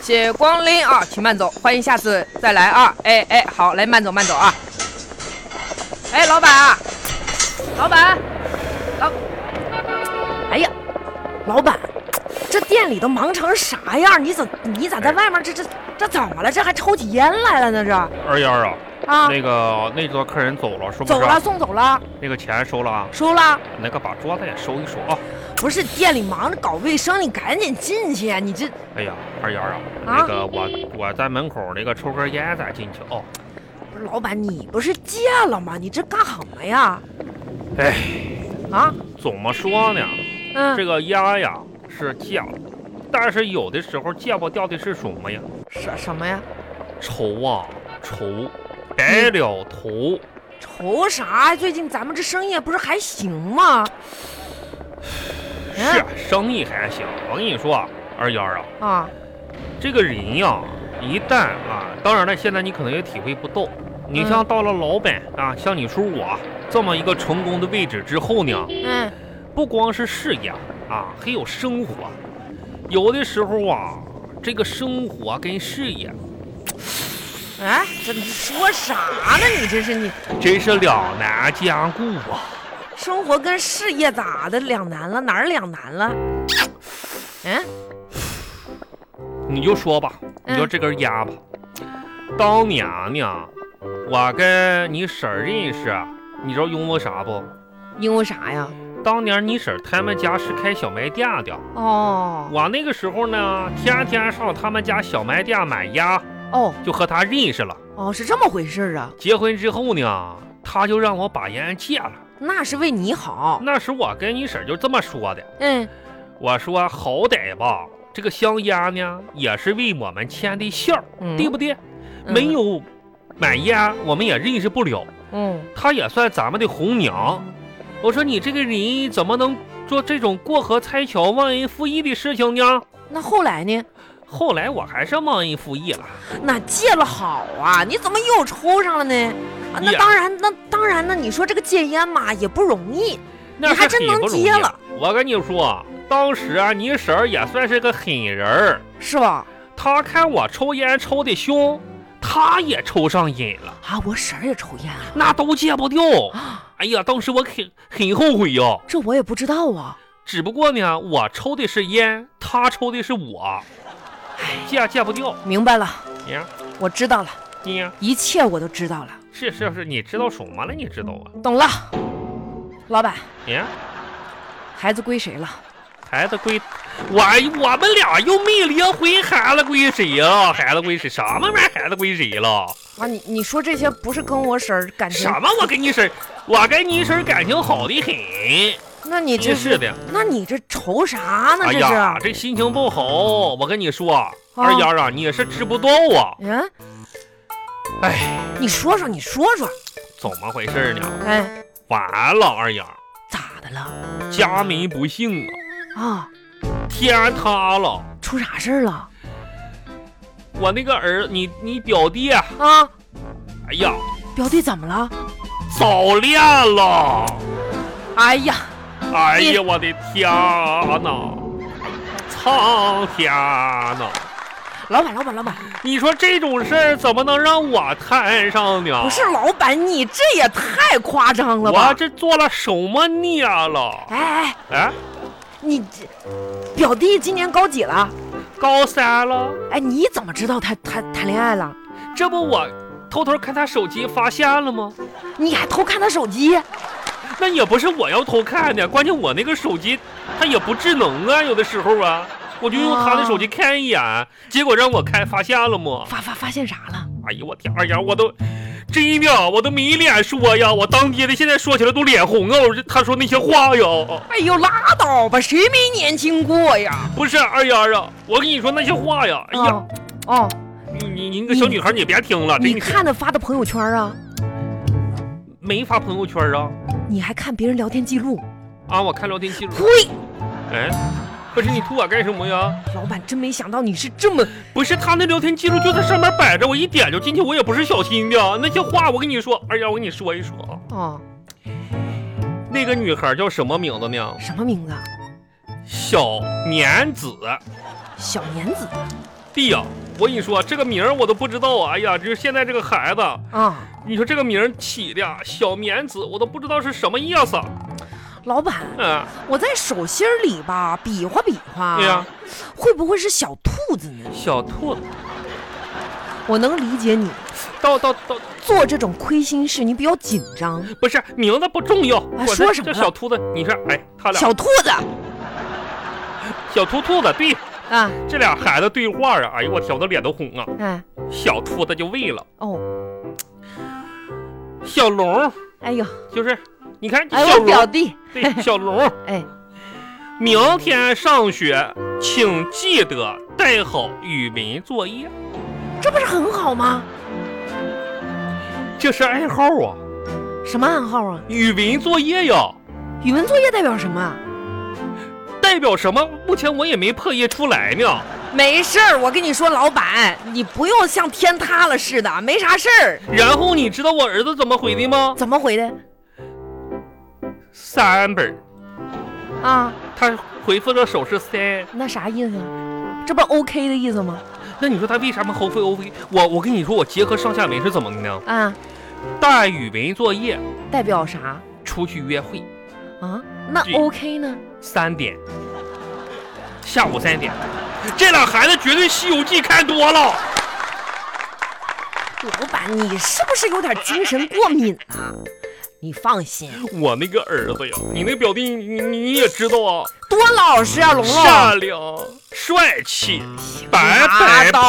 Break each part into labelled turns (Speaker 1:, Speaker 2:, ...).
Speaker 1: 谢光临啊，请慢走，欢迎下次再来啊！哎哎，好，来慢走慢走啊！哎，老板啊，老板，啊老，
Speaker 2: 哎呀，老板，这店里都忙成啥样？你怎你
Speaker 3: 哎
Speaker 2: 咋在外面？这这这怎么了？这还抽起烟来了呢？这
Speaker 3: 二丫啊，
Speaker 2: 啊，
Speaker 3: 那个那桌客人走了，是不是？
Speaker 2: 走了，送走了，
Speaker 3: 啊那个钱收了啊，
Speaker 2: 收了。
Speaker 3: 那个把桌子也收一收啊。
Speaker 2: 不是店里忙着搞卫生，你赶紧进去啊！你这
Speaker 3: 哎呀，二丫啊，
Speaker 2: 啊
Speaker 3: 那个我我在门口那个抽根烟再进去哦。
Speaker 2: 不是老板，你不是戒了吗？你这干什么呀？
Speaker 3: 哎，
Speaker 2: 啊，
Speaker 3: 怎么说呢？
Speaker 2: 嗯，
Speaker 3: 这个烟呀是戒了，但是有的时候戒不掉的是什么呀？
Speaker 2: 什什么呀？
Speaker 3: 愁啊愁，
Speaker 2: 嗯
Speaker 3: 白了头。
Speaker 2: 愁啥？最近咱们这生意不是还行吗？嗯
Speaker 3: 是啊生意还行，我跟你说啊，二丫啊，
Speaker 2: 啊，
Speaker 3: 这个人呀，一旦啊，当然了，现在你可能也体会不到。你像到了老板啊，像你说我这么一个成功的位置之后呢，
Speaker 2: 嗯，
Speaker 3: 不光是事业啊，还有生活。有的时候啊，这个生活跟事业
Speaker 2: 哎，这你说啥呢？你这是你
Speaker 3: 真是两难兼顾啊。
Speaker 2: 生活跟事业咋的两难了？哪儿两难了？嗯，
Speaker 3: 你就说吧，
Speaker 2: 嗯
Speaker 3: 你就这根烟吧。当年呢，我跟你婶儿认识，啊你知道因为啥不？
Speaker 2: 因为啥呀？
Speaker 3: 当年你婶儿他们家是开小卖店的，啊
Speaker 2: 哦
Speaker 3: 我那个时候呢，天天上他们家小卖店买鸭，
Speaker 2: 哦
Speaker 3: 就和他认识了。
Speaker 2: 哦，是这么回事儿啊？
Speaker 3: 结婚之后呢，他就让我把烟戒了。
Speaker 2: 那是为你好。
Speaker 3: 那时我跟你婶儿就这么说的，
Speaker 2: 嗯，
Speaker 3: 我说好歹吧，这个香烟呢也是为我们牵的线儿，
Speaker 2: 嗯
Speaker 3: 对不对？
Speaker 2: 嗯
Speaker 3: 没有买烟，我们也认识不了。
Speaker 2: 嗯
Speaker 3: 她也算咱们的红娘。我说你这个人怎么能做这种过河拆桥、忘恩负义的事情呢？
Speaker 2: 那后来呢？
Speaker 3: 后来我还是忘恩负义了。
Speaker 2: 那戒了好啊，你怎么又抽上了呢？啊，那
Speaker 3: 呀
Speaker 2: 当然，那当然，那你说这个戒烟嘛也不容易，
Speaker 3: 那
Speaker 2: 你还
Speaker 3: 是
Speaker 2: 真
Speaker 3: 很
Speaker 2: 能
Speaker 3: 不容
Speaker 2: 接
Speaker 3: 易啊
Speaker 2: 了。
Speaker 3: 我跟你说，当时啊，你婶儿也算是个狠人儿，
Speaker 2: 是吧？
Speaker 3: 她看我抽烟抽的凶，她也抽上瘾了，
Speaker 2: 啊，我婶儿也抽烟啊，
Speaker 3: 那都戒不掉。
Speaker 2: 啊，
Speaker 3: 哎呀，当时我很很后悔哟、
Speaker 2: 这我也不知道啊。
Speaker 3: 只不过呢，我抽的是烟，她抽的是我，
Speaker 2: 哎
Speaker 3: 戒戒不掉。
Speaker 2: 明白了，
Speaker 3: 你呀，
Speaker 2: 我知道了，
Speaker 3: 你呀，
Speaker 2: 一切我都知道了，
Speaker 3: 是是是，你知道什么了？你知道啊？
Speaker 2: 懂了。老板，
Speaker 3: 你呀，
Speaker 2: 孩子归谁了？
Speaker 3: 孩子归我，我们俩又没离婚，孩子归谁呀？孩子归谁？什么玩意儿？孩子归谁了？
Speaker 2: 啊，你你说这些不是跟我婶儿感情
Speaker 3: 什？么？我跟你婶儿，我跟你婶儿感情好的很。
Speaker 2: 那你这
Speaker 3: 真是的，
Speaker 2: 那你这愁啥呢？
Speaker 3: 哎
Speaker 2: 这是？
Speaker 3: 呀，这心情不好。我跟你说，二丫啊，你也是知不道啊。
Speaker 2: 嗯，
Speaker 3: 哎，
Speaker 2: 你说说，你说说，
Speaker 3: 怎么回事呢？
Speaker 2: 哎，
Speaker 3: 完了，二丫，
Speaker 2: 咋的了？
Speaker 3: 家门不幸啊，
Speaker 2: 啊，
Speaker 3: 天塌了。
Speaker 2: 出啥事儿了？
Speaker 3: 我那个儿，你你表弟啊，
Speaker 2: 啊，
Speaker 3: 哎呀，
Speaker 2: 表弟怎么了？
Speaker 3: 早恋了。
Speaker 2: 哎呀，
Speaker 3: 哎
Speaker 2: 你
Speaker 3: 呀，我的天呐，苍天呐！
Speaker 2: 老板，老板，老板，
Speaker 3: 你说这种事儿怎么能让我摊上呢？
Speaker 2: 不是老板，你这也太夸张了
Speaker 3: 我
Speaker 2: 吧？
Speaker 3: 这做了什么孽了？
Speaker 2: 哎哎，
Speaker 3: 哎，
Speaker 2: 你这表弟今年高几了？
Speaker 3: 高三了，
Speaker 2: 哎，你怎么知道他谈谈恋爱了？
Speaker 3: 这不我偷偷看他手机发现了吗？
Speaker 2: 你还偷看他手机？
Speaker 3: 那也不是我要偷看的，关键我那个手机它也不智能啊，有的时候啊，我就用他的手机看一眼，结果让我看发现了吗？
Speaker 2: 发发发现啥了？
Speaker 3: 哎呦我天，哎呀，我都真的我都没脸说哎呀，我当爹的现在说起来都脸红啊，我这他说那些话呀，
Speaker 2: 哎呦，拉倒吧，谁没年轻过呀？
Speaker 3: 不是二丫啊，我跟你说那些话呀，哎呀，
Speaker 2: 哦哦，
Speaker 3: 你你你那个小女孩你别听了，真
Speaker 2: 你
Speaker 3: 的是
Speaker 2: 看他发的朋友圈啊，
Speaker 3: 没发朋友圈啊
Speaker 2: 你还看别人聊天记录？
Speaker 3: 啊，我看聊天记录，
Speaker 2: 呸！
Speaker 3: 哎，不是你吐我干什么呀？
Speaker 2: 老板真没想到你是这么……
Speaker 3: 不是他那聊天记录就在上面摆着，我一点就进去，我也不是小心的，那些话我跟你说，哎二丫我跟你说一说啊，
Speaker 2: 哦，
Speaker 3: 那个女孩叫什么名字呢？
Speaker 2: 什么名字？
Speaker 3: 小棉子。
Speaker 2: 小年子
Speaker 3: 弟呀、我跟你说，这个名儿我都不知道啊！哎呀，就是现在这个孩子，
Speaker 2: 啊，
Speaker 3: 你说这个名儿起的啊小棉子，我都不知道是什么意思。
Speaker 2: 老板，
Speaker 3: 嗯、
Speaker 2: 我在手心儿里吧比划比划，
Speaker 3: 对呀
Speaker 2: 会不会是小兔子呢？
Speaker 3: 小兔子，
Speaker 2: 我能理解你
Speaker 3: 到到到，
Speaker 2: 做这种亏心事，你比较紧张。
Speaker 3: 不是名字不重要，
Speaker 2: 哎
Speaker 3: 我
Speaker 2: 说
Speaker 3: 这
Speaker 2: 什么
Speaker 3: 这
Speaker 2: 了
Speaker 3: 小兔子，你说，哎，他俩
Speaker 2: 小兔子
Speaker 3: 小兔兔子，对，
Speaker 2: 啊，
Speaker 3: 这俩孩子对话啊，哎呦我天，我的脸都红啊！
Speaker 2: 哎
Speaker 3: 小兔子就喂了
Speaker 2: 哦，
Speaker 3: 小龙，
Speaker 2: 哎呦，
Speaker 3: 就是你看
Speaker 2: 哎
Speaker 3: 小
Speaker 2: 我表
Speaker 3: 龙，
Speaker 2: 弟，
Speaker 3: 对，小龙，
Speaker 2: 哎，
Speaker 3: 明天上学，请记得带好语文作业。
Speaker 2: 这不是很好吗？
Speaker 3: 这是暗号啊，
Speaker 2: 什么暗号啊？
Speaker 3: 语文作业呀，
Speaker 2: 语文作业代表什么啊？
Speaker 3: 代表什么？目前我也没破译出来呢。
Speaker 2: 没事儿，我跟你说，老板，你不用像天塌了似的，没啥事儿。
Speaker 3: 然后你知道我儿子怎么回的吗？
Speaker 2: 怎么回的
Speaker 3: 三本儿，
Speaker 2: 啊？
Speaker 3: 他回复的手是三。
Speaker 2: 那啥意思啊？这不是 OK 的意思吗？
Speaker 3: 那你说他为啥么后悔后悔？我我跟你说，我结合上下文是怎么的呢？
Speaker 2: 啊，
Speaker 3: 大语文作业，
Speaker 2: 代表啥
Speaker 3: 出去约会，
Speaker 2: 啊？那
Speaker 3: 对
Speaker 2: OK 呢？
Speaker 3: 三点，下午三点。这俩孩子绝对《西游记》看多了。
Speaker 2: 老板，你是不是有点精神过敏啊？你放心，
Speaker 3: 我那个儿子呀，你那表弟，你你也知道啊，
Speaker 2: 多老实啊，龙龙。
Speaker 3: 善良、帅气、白白
Speaker 2: 拉倒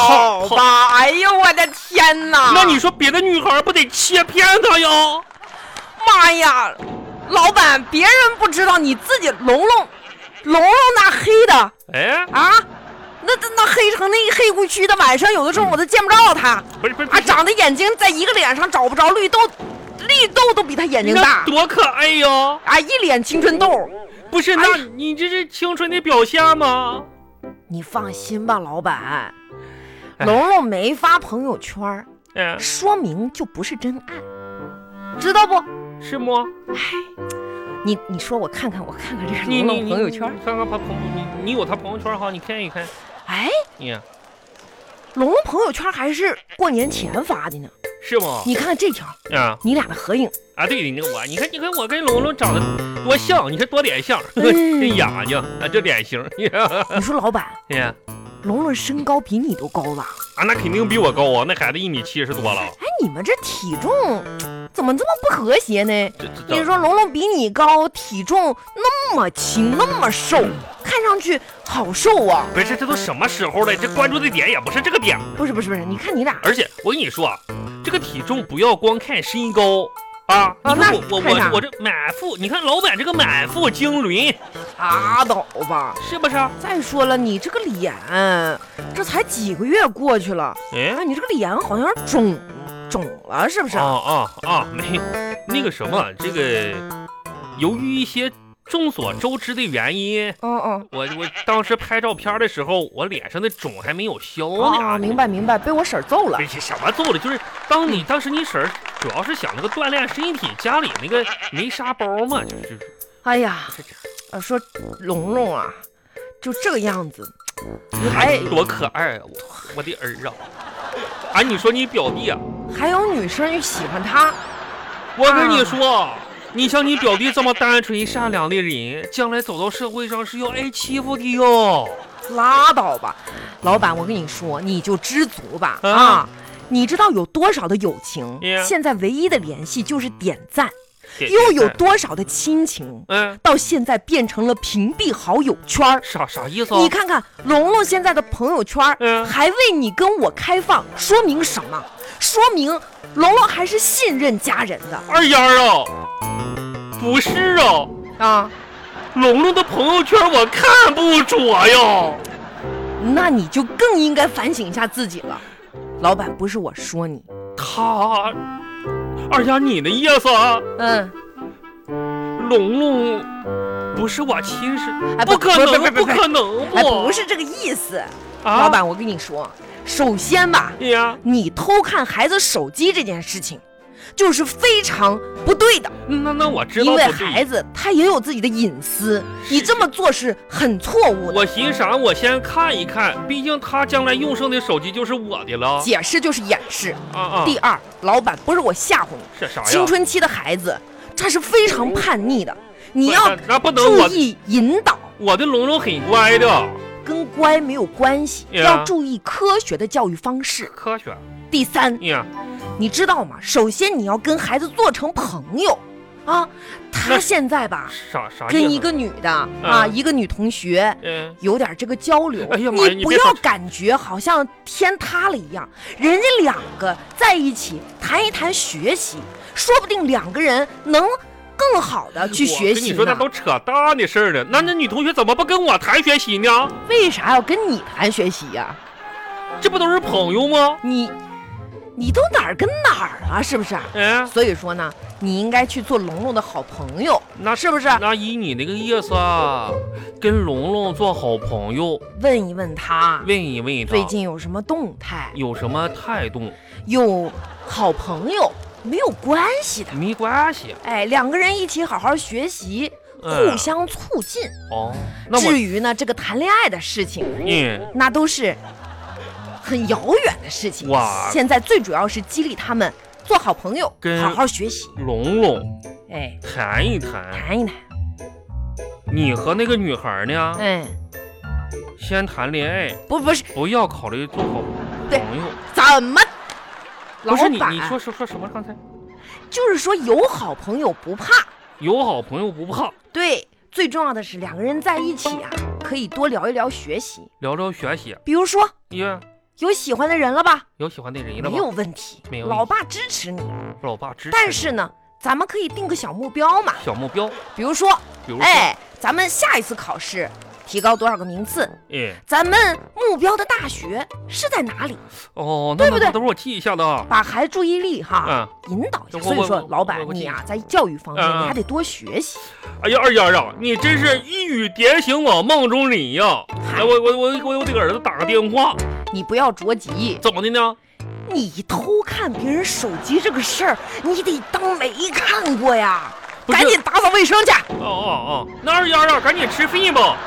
Speaker 3: 胖胖。
Speaker 2: 吧！哎呦，我的天哪！
Speaker 3: 那你说别的女孩不得切片他呀？
Speaker 2: 妈呀，老板，别人不知道，你自己龙龙，龙龙那黑的
Speaker 3: 哎，
Speaker 2: 啊，那那那黑成那黑乎黢的，晚上有的时候我都见不着他啊，
Speaker 3: 不是不是，不是
Speaker 2: 长得眼睛在一个脸上找不着绿豆，绿豆都比他眼睛
Speaker 3: 那
Speaker 2: 大
Speaker 3: 多可爱呀！
Speaker 2: 啊，一脸青春痘。
Speaker 3: 不是，
Speaker 2: 哎
Speaker 3: 那你这是青春的表现吗？
Speaker 2: 你放心吧，老板，
Speaker 3: 哎
Speaker 2: 龙龙没发朋友圈，
Speaker 3: 嗯，
Speaker 2: 说明就不是真爱，知道不？
Speaker 3: 是吗？
Speaker 2: 你你说我看看，我看看这个
Speaker 3: 你
Speaker 2: 龙
Speaker 3: 你
Speaker 2: 龙
Speaker 3: 你
Speaker 2: 朋友圈。
Speaker 3: 你看看他朋友，你你有他朋友圈哈？你看一看，
Speaker 2: 哎，
Speaker 3: 你
Speaker 2: 龙龙朋友圈还是过年前发的呢。
Speaker 3: 是吗？
Speaker 2: 你看看这条，
Speaker 3: 啊
Speaker 2: 你俩的合 影，
Speaker 3: 啊，对的，那我你看你看我跟龙龙长得多像，你看多脸 像，这
Speaker 2: 嗯
Speaker 3: 眼睛啊这脸 型，你看
Speaker 2: 你说老板，
Speaker 3: 你看
Speaker 2: 龙龙身高比你都高吧？
Speaker 3: 啊那肯定比我高啊，那孩子一米七十多了，
Speaker 2: 哎，你们这体重怎么这么不和谐呢？
Speaker 3: 这这
Speaker 2: 哎你
Speaker 3: 这
Speaker 2: 说龙龙比你高，体重那么轻，那么瘦，看上去好瘦啊！
Speaker 3: 不是这都什么时候了？这关注的点也不是这个点。
Speaker 2: 不是不是不是，你看你俩，
Speaker 3: 而且我跟你说啊，这个体重不要光看身高啊！
Speaker 2: 啊
Speaker 3: 你说
Speaker 2: 那
Speaker 3: 我我
Speaker 2: 看啥
Speaker 3: 我我这满腹，你看老板这个满腹经纶
Speaker 2: 拉倒吧。
Speaker 3: 是不是？
Speaker 2: 再说了，你这个脸，这才几个月过去了，
Speaker 3: 哎
Speaker 2: 哎，，你这个脸好像肿肿了，是不是？
Speaker 3: 啊啊啊，没那个什么，这个由于一些众所周知的原因，
Speaker 2: 嗯嗯。
Speaker 3: 我我当时拍照片的时候，我脸上的肿还没有消呢。
Speaker 2: 哦，明。白明嗯白，被我婶儿揍了
Speaker 3: 这。是什么揍的？就是当你当时你婶儿主要是想那个锻炼身体，家里那个没沙包嘛，就是就是
Speaker 2: 哎呀，
Speaker 3: 这这
Speaker 2: 呃说龙龙啊，就这个样子，还，
Speaker 3: 哎多可爱啊！我我的儿啊！哎，你说你表弟啊，
Speaker 2: 还有女生喜欢他，
Speaker 3: 我跟
Speaker 2: 嗯
Speaker 3: 你说，你像你表弟这么单纯善良的人，将来走到社会上是要挨欺负的哟。
Speaker 2: 拉倒吧。老板，我跟你说，你就知足吧
Speaker 3: 啊
Speaker 2: 啊！你知道有多少的友情
Speaker 3: Yeah
Speaker 2: 现在唯一的联系就是点赞，
Speaker 3: 点
Speaker 2: 又有
Speaker 3: 点赞
Speaker 2: 多少的亲情，
Speaker 3: 嗯，
Speaker 2: 到现在变成了屏蔽好友圈儿。
Speaker 3: 啥啥意思啊？
Speaker 2: 你看看龙龙现在的朋友圈儿，
Speaker 3: 嗯
Speaker 2: 还为你跟我开放，说明什么？说明龙龙还是信任家人的
Speaker 3: 二丫儿啊，不是啊，
Speaker 2: 啊。
Speaker 3: 龙龙的朋友圈我看不着呀。
Speaker 2: 那你就更应该反省一下自己了。老板，不是我说你，
Speaker 3: 他，二丫，你的意思啊？
Speaker 2: 嗯，
Speaker 3: 龙龙不是我亲生，
Speaker 2: 哎
Speaker 3: 不可能，
Speaker 2: 不
Speaker 3: 不可能，
Speaker 2: 哎，不是这个意思。
Speaker 3: 啊
Speaker 2: 老板，我跟你说，首先吧，
Speaker 3: 呀。
Speaker 2: 你偷看孩子手机这件事情，就是非常不对的，
Speaker 3: 那那我知
Speaker 2: 因
Speaker 3: 道不
Speaker 2: 为
Speaker 3: 对。
Speaker 2: 孩子他也有自己的隐私，你这么做是很错误的。
Speaker 3: 我寻啥？我先看一看，毕竟他将来用上的手机就是我的了。
Speaker 2: 解释就是掩饰。
Speaker 3: 啊啊！
Speaker 2: 第二，老板不是我吓唬你，
Speaker 3: 是啥呀？
Speaker 2: 青春期的孩子他是非常叛逆的，你要
Speaker 3: 不是那不能
Speaker 2: 注
Speaker 3: 我
Speaker 2: 意引导，
Speaker 3: 我的龙龙很乖的，
Speaker 2: 跟乖没有关系，
Speaker 3: Yeah
Speaker 2: 要注意科学的教育方式。
Speaker 3: 科学哎
Speaker 2: 第三，
Speaker 3: 呀。
Speaker 2: 你知道吗？首先你要跟孩子做成朋友啊。他
Speaker 3: 那
Speaker 2: 现在吧，
Speaker 3: 啥啥意思
Speaker 2: 跟一个女的啊，一个女同学。
Speaker 3: 嗯，
Speaker 2: 有点这个交流，
Speaker 3: 哎呀妈呀
Speaker 2: 你
Speaker 3: 你
Speaker 2: 不
Speaker 3: 别
Speaker 2: 要
Speaker 3: 说
Speaker 2: 感觉好像天塌了一样，人家两个在一起谈一谈学习，说不定两个人能更好的去学
Speaker 3: 哎我跟
Speaker 2: 习
Speaker 3: 你说那
Speaker 2: 呢。
Speaker 3: 都扯淡的事儿了。那那女同学怎么不跟我谈学习呢？
Speaker 2: 为啥要跟你谈学习呀、
Speaker 3: 这不都是朋友吗？
Speaker 2: 你，你都哪儿跟哪儿啊？是不是啊？
Speaker 3: 哎，
Speaker 2: 所以说呢，你应该去做龙龙的好朋友，
Speaker 3: 那
Speaker 2: 是不是？
Speaker 3: 那依你那个意思，啊，跟龙龙做好朋友，
Speaker 2: 问一问他
Speaker 3: 问一问他
Speaker 2: 最近有什么动态，
Speaker 3: 有什么态度，
Speaker 2: 有好朋友没有关系的。
Speaker 3: 没关系
Speaker 2: 哎，两个人一起好好学习，
Speaker 3: 嗯
Speaker 2: 互相促进。
Speaker 3: 哦。那我
Speaker 2: 至于呢，这个谈恋爱的事情，
Speaker 3: 嗯，
Speaker 2: 那都是很遥远的事情。
Speaker 3: 哇
Speaker 2: 现在最主要是激励他们做好朋友，
Speaker 3: 跟
Speaker 2: 好好学习。
Speaker 3: 龙龙
Speaker 2: 哎，
Speaker 3: 谈一谈，
Speaker 2: 谈一谈。
Speaker 3: 你和那个女孩呢，
Speaker 2: 哎，
Speaker 3: 先谈恋爱，
Speaker 2: 不，不是，
Speaker 3: 不要考虑做好
Speaker 2: 对
Speaker 3: 朋友。
Speaker 2: 怎么？老
Speaker 3: 不是你，
Speaker 2: 板，
Speaker 3: 你说说说什么？刚才
Speaker 2: 就是说有好朋友不怕。
Speaker 3: 有好朋友不怕，
Speaker 2: 对，最重要的是两个人在一起啊，可以多聊一聊学习。
Speaker 3: 聊聊学习。
Speaker 2: 比如说
Speaker 3: 耶，
Speaker 2: 有喜欢的人了吧？
Speaker 3: 有喜欢的人了
Speaker 2: 没
Speaker 3: 吧？
Speaker 2: 有问题
Speaker 3: 没，有问题
Speaker 2: 老爸支持你。
Speaker 3: 老爸支持。
Speaker 2: 但是呢，咱们可以定个小目标嘛，
Speaker 3: 小目标，
Speaker 2: 比如说，
Speaker 3: 比如说，哎，
Speaker 2: 哎，咱们下一次考试提高多少个名次？
Speaker 3: 哎
Speaker 2: 咱们目标的大学是在哪里？
Speaker 3: 哦，那
Speaker 2: 对不
Speaker 3: 那
Speaker 2: 对
Speaker 3: 那等会儿我记一下子啊。
Speaker 2: 把孩子注意力哈。
Speaker 3: 嗯，
Speaker 2: 引导一下，
Speaker 3: 我
Speaker 2: 所以
Speaker 3: 我
Speaker 2: 说
Speaker 3: 我
Speaker 2: 老
Speaker 3: 我
Speaker 2: 板
Speaker 3: 我
Speaker 2: 你
Speaker 3: 记
Speaker 2: 啊，在教育方面
Speaker 3: 嗯嗯
Speaker 2: 你还得多学习。
Speaker 3: 哎呀，二丫啊，你真是一语点醒我梦中人呀！哎，我我我我我得给儿子打个电话，
Speaker 2: 你不要着急，
Speaker 3: 怎么的呢？
Speaker 2: 你偷看别人手机这个事儿，你得当没看过呀。
Speaker 3: 不是
Speaker 2: 赶紧打扫卫生去。
Speaker 3: 哦哦哦，那二丫啊，赶紧吃饭吧。